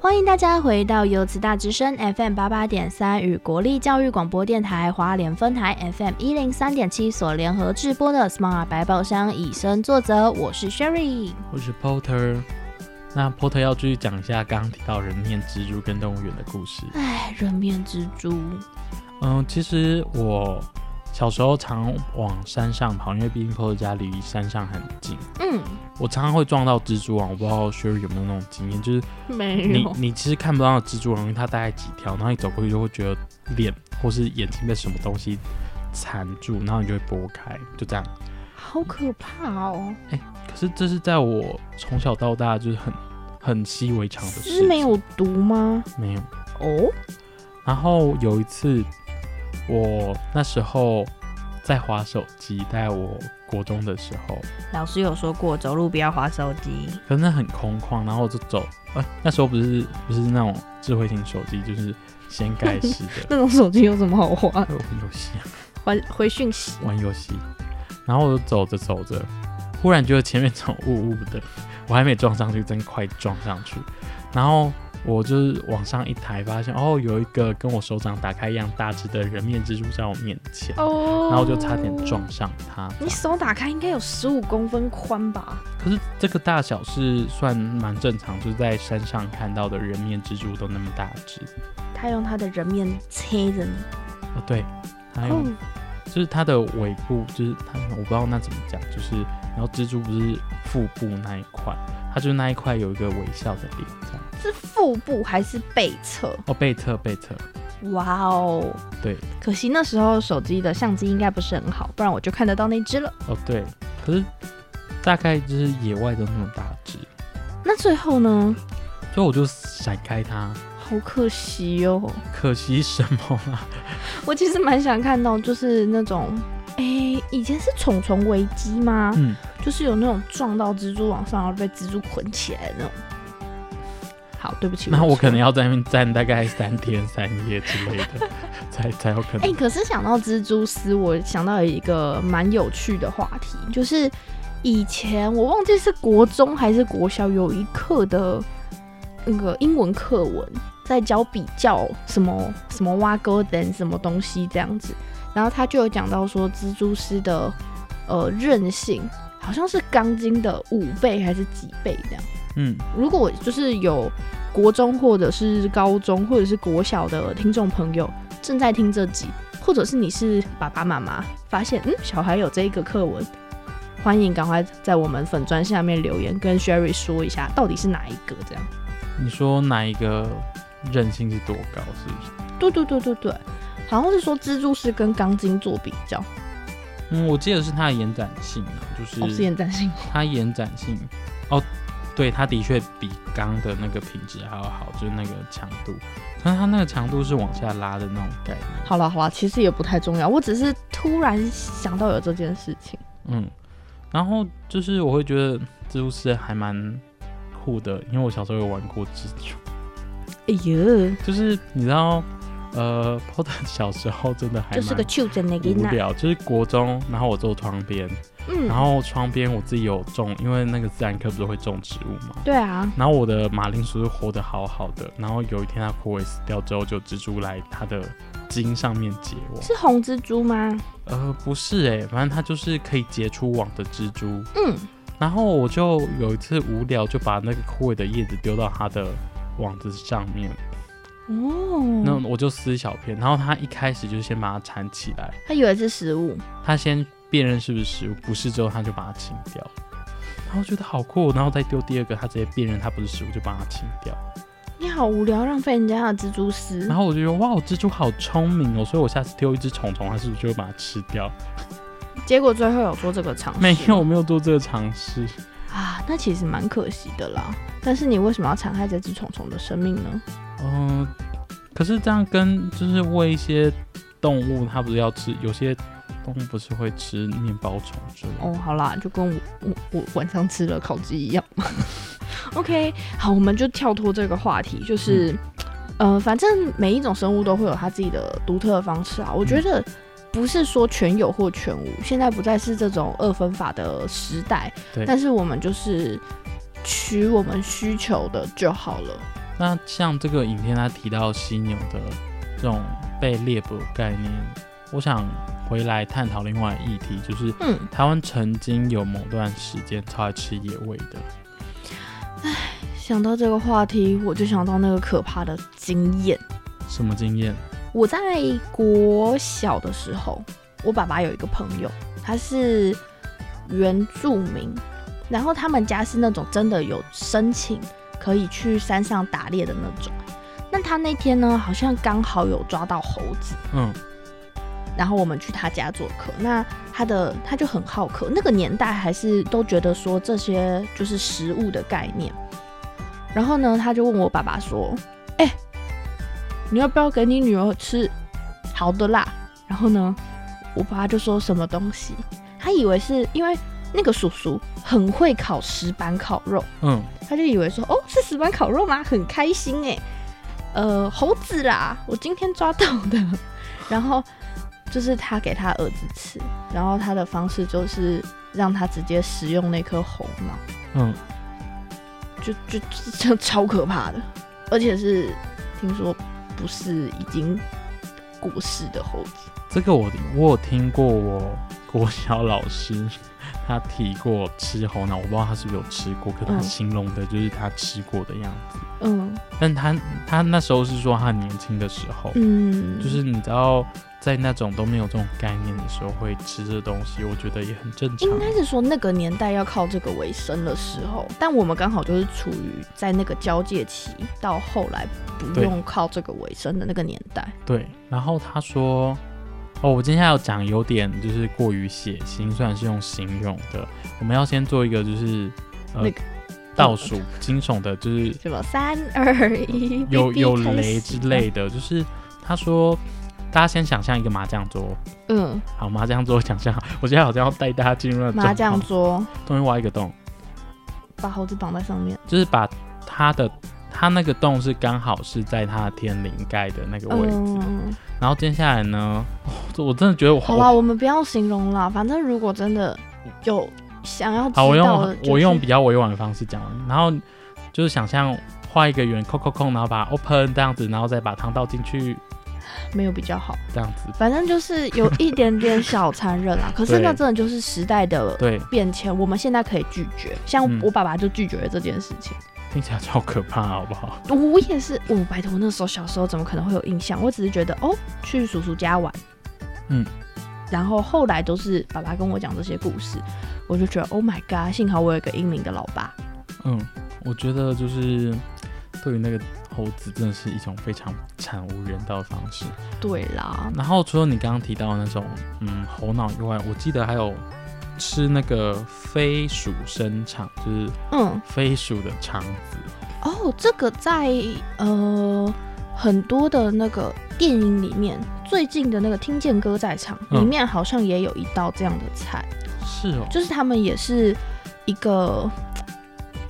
欢迎大家回到由慈大之声 FM 八八点三与国立教育广播电台华联分台 FM 一零三点七所联合制播的《Smart 百宝箱以身作则》，我是 Sherry。我是 Porter。那 Porter 要继续讲一下刚刚提到人面蜘蛛跟动物园的故事。哎，人面蜘蛛，嗯，其实我小时候常往山上跑，因为毕竟 Porter 家离山上很近，嗯，我常常会撞到蜘蛛网。我不知道 Sherry 有没有那种经验，就是没你你其实看不到蜘蛛网，因为它大概几条，然后你走过去就会觉得脸或是眼睛被什么东西缠住，然后你就会拨开，就这样。好可怕哦！可是这是在我从小到大就是很很习以为常的事是情，没有毒吗？没有。哦，然后有一次，我那时候在划手机，在我国中的时候，老师有说过，走路不要划手机。可是那很空旷，然后我就走，呃，那时候不是不是那种智慧型手机，就是掀盖式 的那种手机有什么好玩？玩游戏啊，回回讯息，玩游戏。然后我就走着走着，忽然觉得前面怎么雾雾的，我还没撞上去，真快撞上去。然后我就是往上一抬，发现哦，有一个跟我手掌打开一样大只的人面蜘蛛在我面前。哦然后就差点撞。上它。你手打开应该有十五公分宽吧？可是这个大小是算蛮正常，就是在山上看到的人面蜘蛛都那么大只。他用他的人面切着你，哦，对，还有、哦，就是它的尾部，就是它我不知道那怎么讲，就是然后蜘蛛不是腹部那一块，它就是那一块有一个微笑的脸这样。是腹部还是背侧？哦，贝特贝特，哇哦，对，可惜那时候手机的相机应该不是很好，不然我就看得到那只了。哦对，可是大概就是野外都那么大只，那最后呢？所以我就闪开它。好可惜哦，可惜什么啦？我其实蛮想看到，就是那种，哎、以前是《虫虫危机》吗？嗯，就是有那种撞到蜘蛛网上，然后被蜘蛛捆起来的那种。好，对不起， 那我错可能要在那边站大概三天三夜之类 的，才才有可哎、能。可是想到蜘蛛丝，我想到一个蛮有趣的话题，就是以前我忘记是国中还是国小有一课的那个英文课文，在教比较什么什么挖沟等什么东西这样子，然后他就有讲到说蜘蛛丝的呃韧性好像是钢筋的五倍还是几倍这样。嗯，如果就是有国中或者是高中或者是国小的听众朋友正在听这集，或者是你是爸爸妈妈，发现嗯小孩有这一个课文，欢迎赶快在我们粉砖下面留言，跟 Sherry 说一下到底是哪一个这样。你说哪一个韧性是多高？是不是？对对对对对，好像是说蜘蛛是跟钢筋做比较，嗯，我记得是它的延展性啊，就哦是是延展性。它延展性哦，对，它的确比钢的那个品质还要好，就是那个强度。但是它那个强度是往下拉的那种概念。好啦好啦，其实也不太重要，我只是突然想到有这件事情。嗯，然后就是我会觉得蜘蛛丝还蛮酷的，因为我小时候有玩过蜘蛛。哎呀，就是你知道，呃，Potter 小时候真的还就是蛮个 children 的囡无仔，聊，就是国中，然后我坐窗边，嗯然，后窗边我自己有种，因为那个自然课不是会种植物嘛，对啊，然后我的马铃薯就活得好好的，然后有一天它枯萎死掉之后，就蜘蛛来它的茎上面结网，是红蜘蛛吗？呃，不是诶、反正它就是可以结出网的蜘蛛，嗯，然后我就有一次无聊，就把那个枯萎的叶子丢到它的网子上面，哦，那我就撕小片，然后它一开始就先把它缠起来，他以为是食物，它先辨认是不是食物，不是之后它就把它清掉，然后觉得好酷，哦然后再丢第二个，它直接辨认它不是食物就把它清掉，你好无聊，浪费人家的蜘蛛丝然。后我就觉得哇，哦蜘蛛好聪明哦，所以我下次丢一只虫虫，它是不是就会把它吃掉？结果最后有做这个尝试，没有，我没有做这个尝试，啊，那其实蛮可惜的啦。但是你为什么要残害这只虫虫的生命呢？嗯、可是这样跟就是喂一些动物，它不是要吃有些。动物不是会吃面包虫之类的哦，好啦，就跟我我我晚上吃了烤鸡一样。OK，好，我们就跳脱这个话题，就是、呃，反正每一种生物都会有它自己的独特的方式啊。我觉得不是说全有或全无，现在不再是这种二分法的时代，对但是我们就是取我们需求的就好了。那像这个影片，它提到犀牛的这种被猎捕概念，我想回来探讨另外议题，就是嗯，台湾曾经有某段时间超爱吃野味的，想到这个话题，我就想到那个可怕的经验。什么经验？我在国小的时候，我爸爸有一个朋友，他是原住民，然后他们家是那种真的有申请可以去山上打猎的那种。那他那天呢，好像刚好有抓到猴子，嗯，然后我们去他家做客。那他的他就很好客，那个年代还是都觉得说这些就是食物的概念。然后呢，他就问我爸爸说：“哎、你要不要给你女儿吃好的啦？”然后呢，我爸爸就说什么东西，他以为是因为那个叔叔很会烤石板烤肉，嗯，他就以为说：“哦，是石板烤肉吗？很开心哎。”呃，猴子啦，我今天抓到的。 然后就是他给他儿子吃，然后他的方式就是让他直接食用那颗猴脑，嗯，就就就就超可怕的，而且是听说不是已经过世的猴子。这个我我有听过，我国小老师他提过吃猴脑，我不知道他是不是有吃过，可是他嗯形容的就是他吃过的样子。嗯但他他那时候是说他年轻的时候，嗯，就是你知道在那种都没有这种概念的时候会吃这东西，我觉得也很正常应。该是说那个年代要靠这个为生的时候，但我们刚好就是处于在那个交界期，到后来不对用靠这个为生的那个年代。对，然后他说，哦，我今天要讲有点就是过于血腥，虽然是用形容的，我们要先做一个就是呃、那个倒数惊悚的，就是什么三二一，哔有哔有开雷始之类。的，就是他说。大家先想象一个麻将桌，嗯，好，麻将桌想象，我现在好像要带大家进入那麻将桌，桌终于挖一个洞，把猴子绑在上面。就是把它的它那个洞是刚好是在它的天灵盖的那个位置，嗯，然后接下来呢，哦这我真的觉得我好啦，我们不要形容啦，反正如果真的有想要知好，道我用的，我用就比是较委婉的方式讲完，然后就是想象画一个圆，扣扣扣，然后把它 open 这样子，然后再把汤倒进去，没有比较好，这样子。反正就是有一点点小残忍啦。可是那对真的就是时代的对，变迁，我们现在可以拒绝。像嗯我爸爸就拒绝了这件事情。听起来超可怕，好不好？我也是，我拜托，那时候小时候怎么可能会有印象？我只是觉得哦，去叔叔家玩，嗯。然后后来都是爸爸跟我讲这些故事，我就觉得 Oh my god！幸好我有一个英明的老爸。嗯，我觉得就是对于那个猴子，真的是一种非常惨无人道的方式。对啦，然后除了你刚刚提到的那种嗯猴脑以外，我记得还有吃那个飞鼠生肠，就是嗯，飞鼠的肠子。哦，这个在呃很多的那个电影里面，最近的那个《听见歌在唱》嗯里面好像也有一道这样的菜，是哦，就是他们也是一个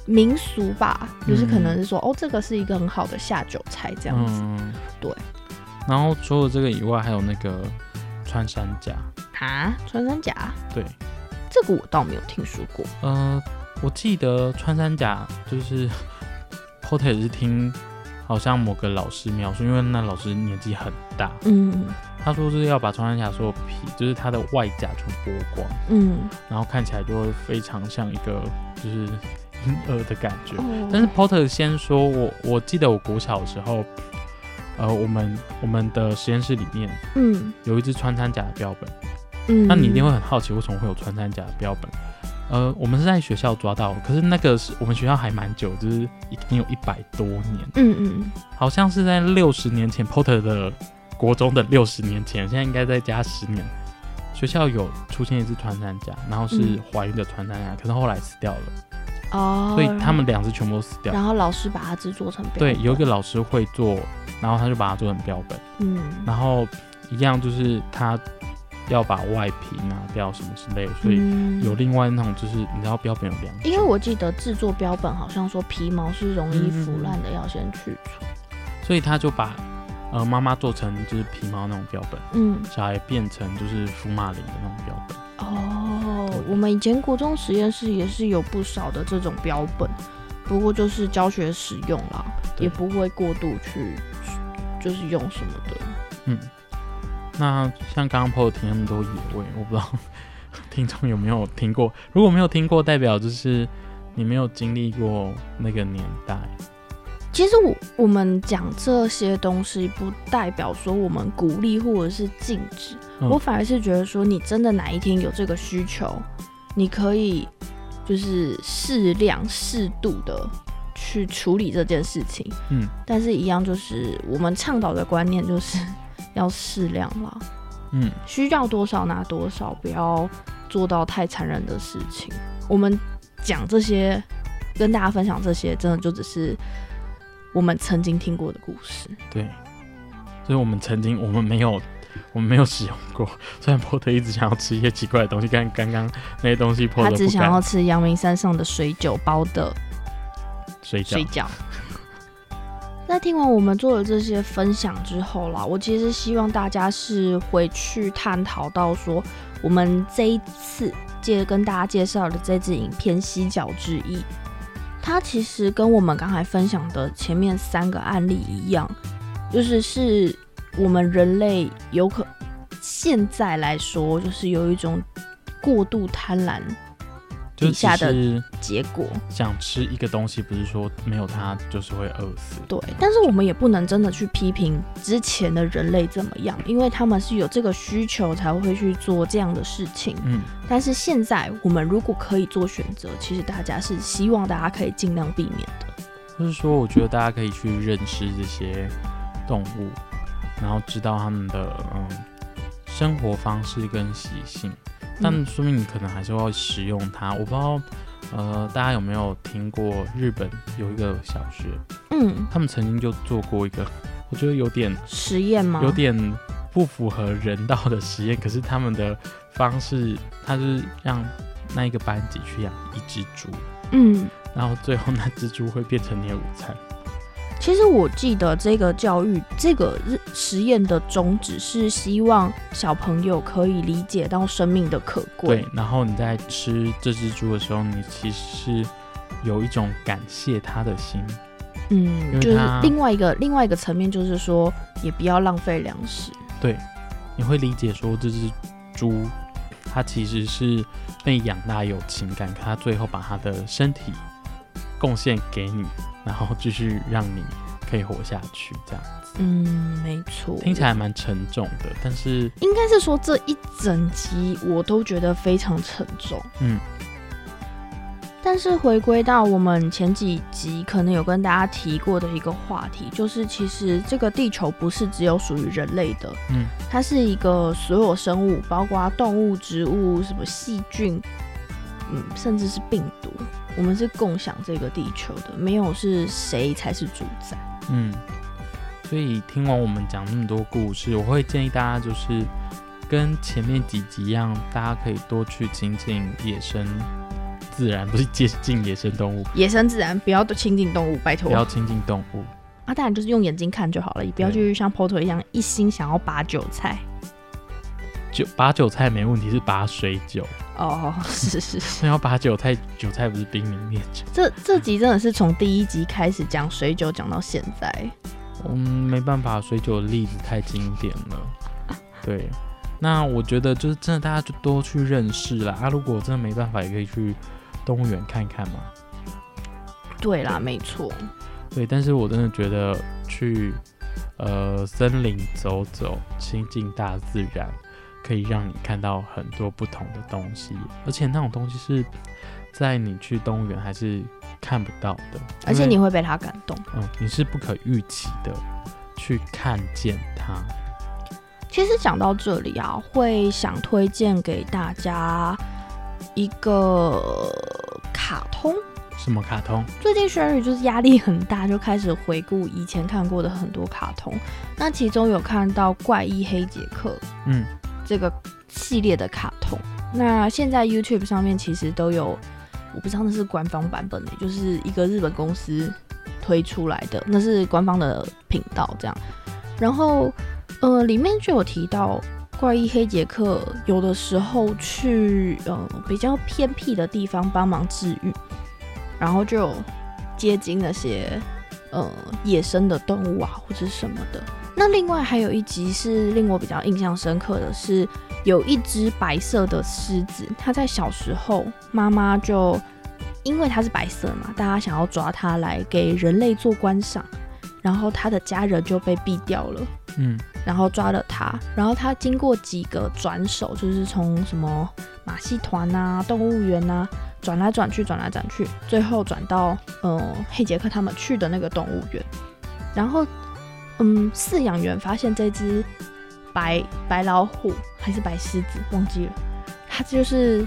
民俗吧，就是可能是说、哦，这个是一个很好的下酒菜这样子。嗯，对。然后除了这个以外，还有那个穿山甲，啊，穿山甲对，这个我倒没有听说过。呃，我记得穿山甲就是 后头也是听好像某个老师描述，因为那老师年纪很大，嗯他说是要把穿山甲所有皮，就是它的外甲全剥光，嗯，然后看起来就会非常像一个就是婴儿的感觉。哦嗯但是 Porter 先说我，我记得我国小的时候，呃，我们我们的实验室里面嗯有一只穿山甲的标本，嗯，那你一定会很好奇为什么会有穿山甲的标本。呃，我们是在学校抓到的，可是那个是我们学校还蛮久，就是已经有一百多年，嗯嗯好像是在六十年前，Porter 的国中的六十年前，现在应该再加十年。学校有出现一只穿山甲，然后是嗯怀孕的穿山甲，可是后来死掉了，哦，所以他们两只全部都死掉。然后老师把它制作成标对，本有一个老师会做，然后他就把它做成标本。嗯，然后一样就是他要把外皮拿掉什么之类的，所以嗯有另外那种就是你知道标本有两种，因为我记得制作标本好像说皮毛是容易腐嗯烂的，要先去除。所以他就把呃妈妈做成就是皮毛那种标本，嗯，小孩变成就是福马林的那种标本。哦，我们以前国中实验室也是有不少的这种标本，不过就是教学使用啦，对也不会过度去就是用什么的。嗯，那像刚刚 PO 提那么多野味，我不知道 听众有没有听过。如果没有听过，代表就是你没有经历过那个年代。其实我我们讲这些东西，不代表说我们鼓励或者是禁止，嗯我反而是觉得说，你真的哪一天有这个需求，你可以就是适量、适度的去处理这件事情。嗯，但是一样就是我们倡导的观念就是 要适量啦，嗯，需要多少拿多少，不要做到太残忍的事情。我们讲这些，跟大家分享这些，真的就只是我们曾经听过的故事。对，就是我们曾经我们没有我们没有使用过。 虽然波特一直想要吃一些奇怪的东西，但刚刚那些东西波他特只不想要敢吃阳明山上的水酒包的睡觉睡。觉。 那听完我们做的这些分享之后啦，我其实希望大家是回去探讨到说，我们这一次介跟大家介绍的这支影片《犀角之翼》，它其实跟我们刚才分享的前面三个案例一样，就是是我们人类有可现在来说，就是有一种过度贪婪就底下只的是结果。想吃一个东西，不是说没有它就是会饿死。对，但是我们也不能真的去批评之前的人类怎么样，因为他们是有这个需求才会去做这样的事情。嗯，但是现在我们如果可以做选择，其实大家是希望大家可以尽量避免的。就是说，我觉得大家可以去认识这些动物，然后知道它们的嗯生活方式跟习性，但嗯说明你可能还是会使用它。我不知道，呃，大家有没有听过日本有一个小学，嗯，他们曾经就做过一个，我觉得有点实验吗？有点不符合人道的实验，可是他们的方式，他就是让那一个班级去养一只猪，嗯，然后最后那只猪会变成你的午餐。其实我记得这个教育这个日实验的宗旨是希望小朋友可以理解到生命的可贵对。，然后你在吃这只猪的时候，你其实是有一种感谢它的心。因为嗯，就是它另外一个另外一个层面，就是说也不要浪费粮食。你会理解说这只猪，它其实是被养大有情感，可它最后把它的身体贡献给你，然后继续让你可以活下去。这样嗯，没错，听起来蛮沉重的，但是应该是说这一整集我都觉得非常沉重。嗯，但是回归到我们前几集可能有跟大家提过的一个话题，就是其实这个地球不是只有属于人类的，嗯，它是一个所有生物，包括动物、植物、什么细菌，嗯，甚至是病毒，我们是共享这个地球的，没有是谁才是主宰。嗯，所以听完我们讲那么多故事，我会建议大家就是跟前面几集一样，大家可以多去亲近野生自然，不是接近野生动物，野生自然，不要亲近动物，拜托。不要亲近动物。啊，当然就是用眼睛看就好了，也不要对去像 p o 一样一心想要拔韭菜。就拔韭菜没问题，是拔水韭。哦， 是是是，那要拔韭菜，韭菜不是冰凌灭绝。这这集真的是从第一集开始讲水酒讲到现在。嗯，没办法，水酒的例子太经典了。对，那我觉得就是真的，大家就多去认识啦。啊，如果真的没办法，也可以去动物园看看嘛。对嗯啦，没错，对，但是我真的觉得去呃森林走走，亲近大自然，可以让你看到很多不同的东西，而且那种东西是在你去动物园还是看不到的，而且因为你会被他感动。嗯你是不可预期的去看见它。其实讲到这里啊，会想推荐给大家一个卡通。什么卡通？最近 Sherry 就是压力很大，就开始回顾以前看过的很多卡通。那其中有看到《怪异黑杰克》，嗯，这个系列的卡通。那现在 YouTube 上面其实都有，我不知道那是官方版本的，就是一个日本公司推出来的，那是官方的频道这样。然后，呃，里面就有提到怪异黑杰克有的时候去呃比较偏僻的地方帮忙治愈，然后就有接近那些呃野生的动物啊，或者什么的。那另外还有一集是令我比较印象深刻的是，有一只白色的狮子，它在小时候妈妈就因为它是白色嘛，大家想要抓它来给人类做观赏，然后它的家人就被毙掉了。嗯，然后抓了他，然后他经过几个转手，就是从什么马戏团啊、动物园啊转来转去，转来转去，最后转到呃黑杰克他们去的那个动物园。然后，嗯，饲养员发现这只白白老虎还是白狮子，忘记了，它就是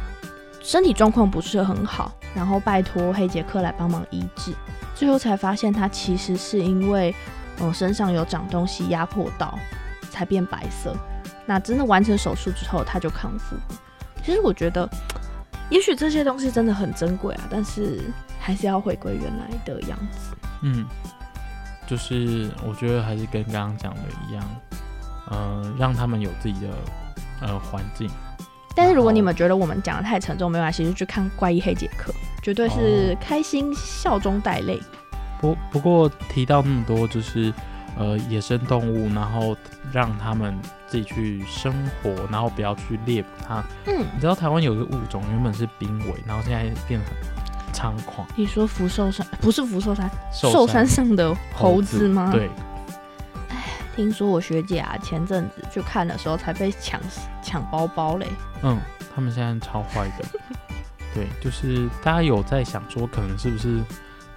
身体状况不是很好，然后拜托黑杰克来帮忙医治。最后才发现，它其实是因为嗯、身上有长东西压迫到，才变白色。那真的完成手术之后，它就康复了。其实我觉得，也许这些东西真的很珍贵啊，但是还是要回归原来的样子。嗯，就是我觉得还是跟刚刚讲的一样，呃，让他们有自己的呃环境。但是如果然后你们觉得我们讲的太沉重，没关系，就去看《怪医黑杰克》，绝对哦是开心笑中带泪。不不过提到那么多，就是呃野生动物，然后让他们自己去生活，然后不要去猎捕它。嗯，你知道台湾有一个物种原本是濒危，然后现在变得很猖狂，你说福寿山 不是福寿山，寿寿山上的猴猴子吗？。对，听说我学姐啊，前阵子去看的时候才被抢抢包包嘞。嗯，他们现在超坏的。 对，就是大家有在想说，可能是不是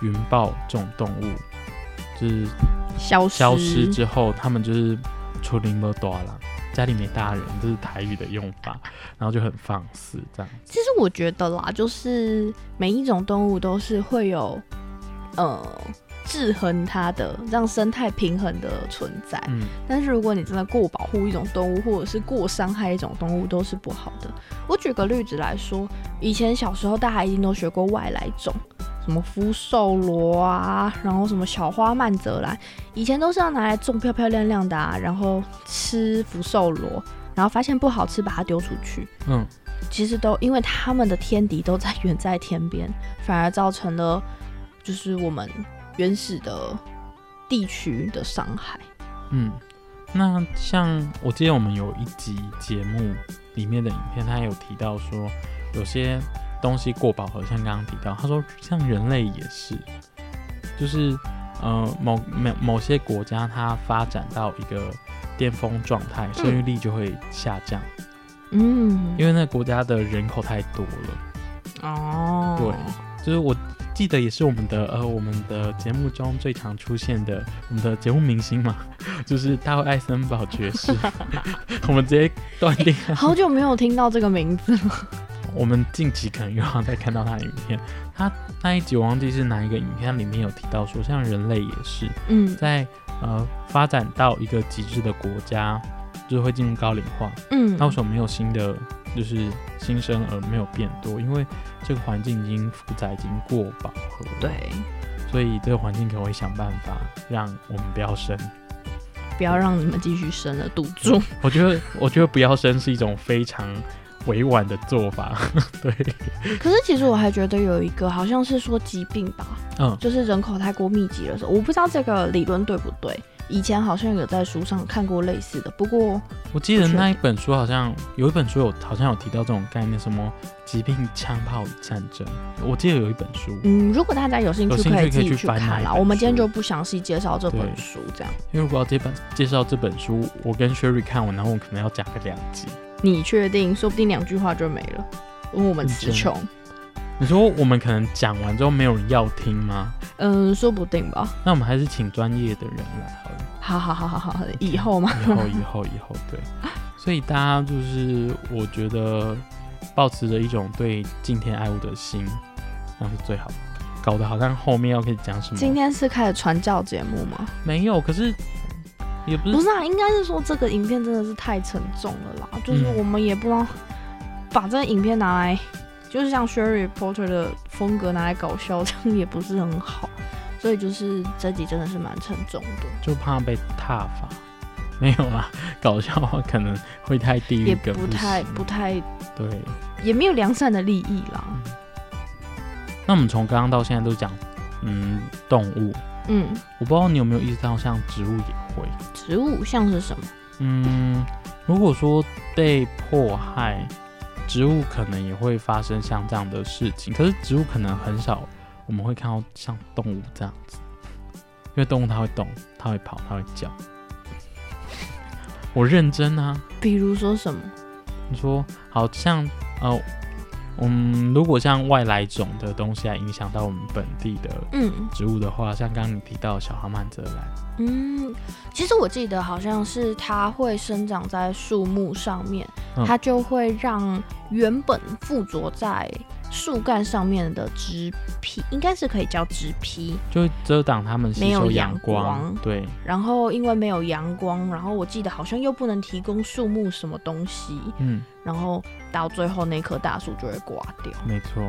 云豹这种动物，就是消失，消失之后，他们就是出林没多啦，家里没大人，这是台语的用法，然后就很放肆这样。其实我觉得啦，就是每一种动物都是会有呃制衡它的，让生态平衡的存在。嗯，但是如果你真的过保护一种动物，或者是过伤害一种动物，都是不好的。我举个例子来说，以前小时候大家一定都学过外来种，什么福寿螺啊，然后什么小花曼泽兰，以前都是要拿来种漂漂亮亮的啊，然后吃福寿螺，然后发现不好吃把它丢出去。嗯，其实都因为他们的天敌都在 远在天边，反而造成了就是我们原始的地区的伤害。嗯，那像我记得我们有一集节目里面的影片，它有提到说有些东西过饱和，像刚刚提到，他说像人类也是，就是呃某某某些国家它发展到一个巅峰状态，生育率就会下降，嗯，因为那个国家的人口太多了。哦，对就是我记得也是我们的呃我们的节目中最常出现的我们的节目明星嘛， 就是大卫艾森堡爵士，我们直接断定了好久没有听到这个名字了。我们近期可能又要再看到他的影片。他那一集我忘记是哪一个影片，它里面有提到说，像人类也是嗯在呃发展到一个极致的国家，就是会进入高龄化。嗯，那为什么没有新的就是新生儿没有变多？因为这个环境已经负载已经过饱和了，对，所以这个环境可能会想办法让我们不要生。不要让你们继续生了，赌注。我觉得， 我觉得不要生是一种非常委婉的做法。 对，可是其实我还觉得有一个好像是说疾病吧，嗯就是人口太过密集的时候，我不知道这个理论对不对。以前好像有在书上看过类似的，不过我记得不确定那一本书好像有一本书有好像有提到这种概念，什么疾病、枪炮与战争。我记得有一本书，嗯，如果大家有兴有趣兴可趣以自可以己去去翻那看一啦。本我们今天书就不详细介绍这本对书，这样因为如果要这本介绍这本书，我跟 Sherry 看完，然后我可能要讲个两集。你确定？说不定两句话就没了，因为我们嗯词真的穷。你说我们可能讲完之后没有人要听吗？嗯，说不定吧。那我们还是请专业的人来好了。好好好好好，以后嘛。以后以后以后，对。所以大家就是，我觉得保持着一种对敬天爱物的心，那是最好的。搞得好像后面要可以讲什今么天是开始传教节目吗？没有，可是也不是不是啊，应该是说这个影片真的是太沉重了啦，就是嗯我们也不知道把这个影片拿来，就是像 Sherry Porter 的风格拿来搞笑，这样也不是很好。所以就是这集真的是蛮沉重的，就怕被踏伐。没有啦，搞笑话可能会太地狱也梗，不太行不太，对。也没有良善的利益啦。那我们从刚刚到现在都讲嗯动物，嗯，我不知道你有没有意识到，像植物也会。植物像是什么？嗯，如果说被迫害，植物可能也会发生像这样的事情，可是植物可能很少我们会看到像动物这样子，因为动物它会动，它会跑，它会叫。我认真啊，比如说什么？你说好像呃，嗯，如果像外来种的东西来影响到我们本地的嗯植物的话，像刚刚你提到的小哈曼泽兰，嗯，其实我记得好像是它会生长在树木上面，嗯它就会让原本附着在树干上面的枝皮，应该是可以叫枝皮，就会遮挡它们吸没有收阳光光对，然后因为没有阳光，然后我记得好像又不能提供树木什么东西，嗯。然后到最后那棵大树就会挂掉。没错，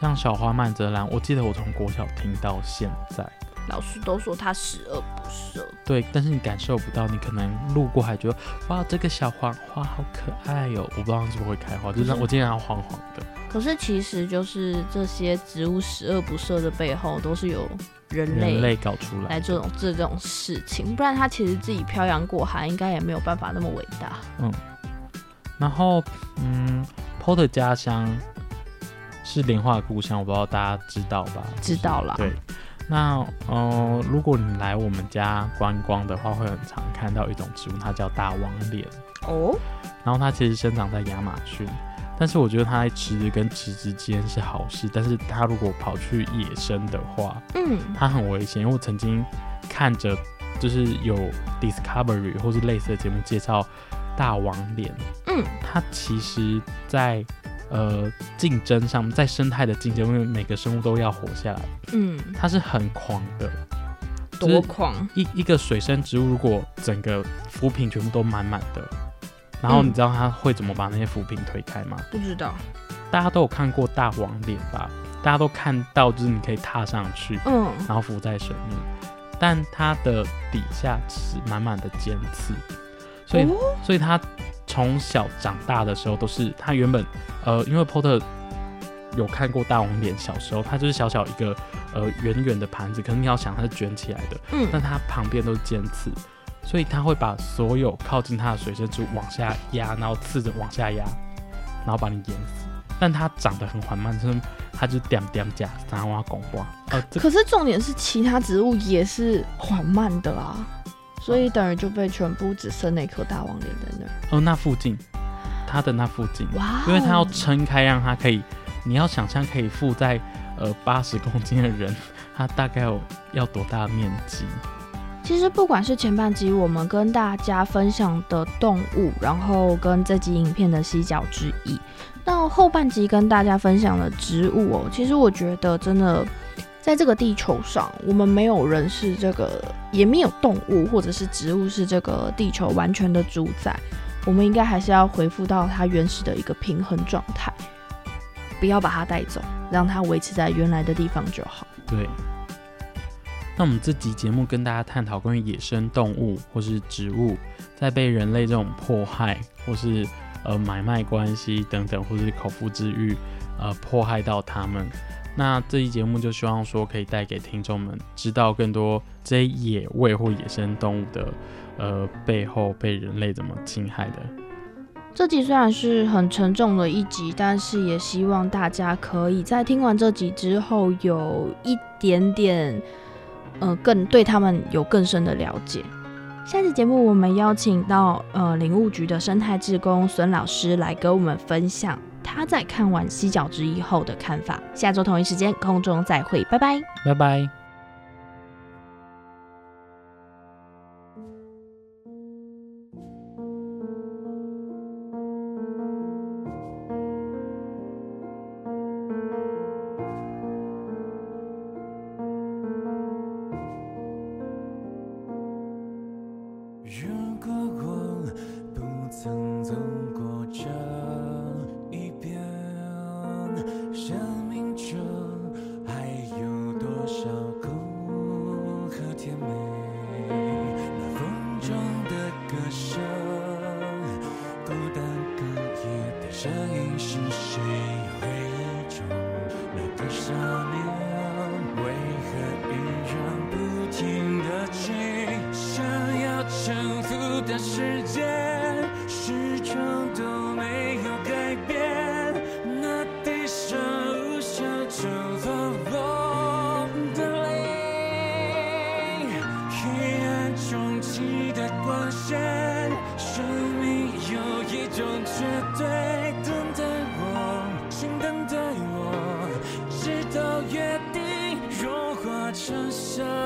像小花曼泽兰，我记得我从国小听到现在，老师都说它十恶不赦。对，但是你感受不到，你可能路过还觉得哇，这个小黄花好可爱哟、我不知道它是不是会开花，就是嗯我经常黄黄的，可是其实就是这些植物十恶不赦的背后，都是有人类人类搞出来来的，这种这种事情，不然它其实自己漂洋过海，应该也没有办法那么伟大。然后嗯，PO 的家乡是莲花的故乡，我不知道大家知道吧？知道啦对。那呃，如果你来我们家观光的话，会很常看到一种植物，它叫大王莲。哦，然后它其实生长在亚马逊，但是我觉得它在池子跟池子之间是好事，但是它如果跑去野生的话，嗯，它很危险。因为我曾经看着就是有 Discovery 或是类似的节目介绍大王脸，嗯，它其实在呃竞争上，在生态的竞争，因为每个生物都要活下来，嗯，它是很狂的，就是多狂，一一个水生植物，如果整个浮萍全部都满满的，然后嗯你知道它会怎么把那些浮萍推开吗？不知道。大家都有看过大黄脸吧？大家都看到，就是你可以踏上去，嗯，然后浮在水面，但它的底下是满满的尖刺，所以、哦所以它从小长大的时候都是它原本呃，因为 Porter 有看过大黄脸，小时候它就是小小一个呃圆圆的盘子，可是你要想它是卷起来的，嗯但它旁边都是尖刺，所以它会把所有靠近它的水生植物往下压，然后刺着往下压，然后把你淹死。但它长得很缓慢，就是它就点点加三挖拱挖，呃，这可是重点是，其他植物也是缓慢的啊，所以等于就被全部只剩那颗大王莲在那儿。哦那附近，它的那附近，哇、哦因为它要撑开，让它可以，你要想象可以附在呃八十公斤的人，它大概有要多大的面积？其实不管是前半集我们跟大家分享的动物，然后跟这集影片的犀角之一，到后半集跟大家分享的植物哦，其实我觉得真的。在这个地球上，我们没有人是这个，也没有动物或者是植物是这个地球完全的主宰。我们应该还是要恢复到它原始的一个平衡状态，不要把它带走，让它维持在原来的地方就好。对。那我们这集节目跟大家探讨关于野生动物或是植物在被人类这种迫害，或是呃买卖关系等等，或是口腹之欲，呃迫害到他们。那这一节目就希望说可以带给听众们知道更多这些野味或野生动物的呃背后被人类怎么侵害的这集虽然是很沉重的一集，但是也希望大家可以在听完这集之后，有一点点，呃，更对他们有更深的了解。下期节目我们邀请到呃林务局的生态志工孙老师来跟我们分享他在看完犀角之一后的看法。下周同一时间空中再会，拜拜。拜拜。如果我不曾走过这一边，生命中还有多少苦和甜美？那风中的歌声，孤单哽咽的声音是谁回忆中那个少年？为何源源不停的情，想要征服的世界，始终都没有改变。那地上无暇蒸发我的灵，黑暗中期待光线，生命有一种绝对，等待我，请等待我。直到约定融化成沙。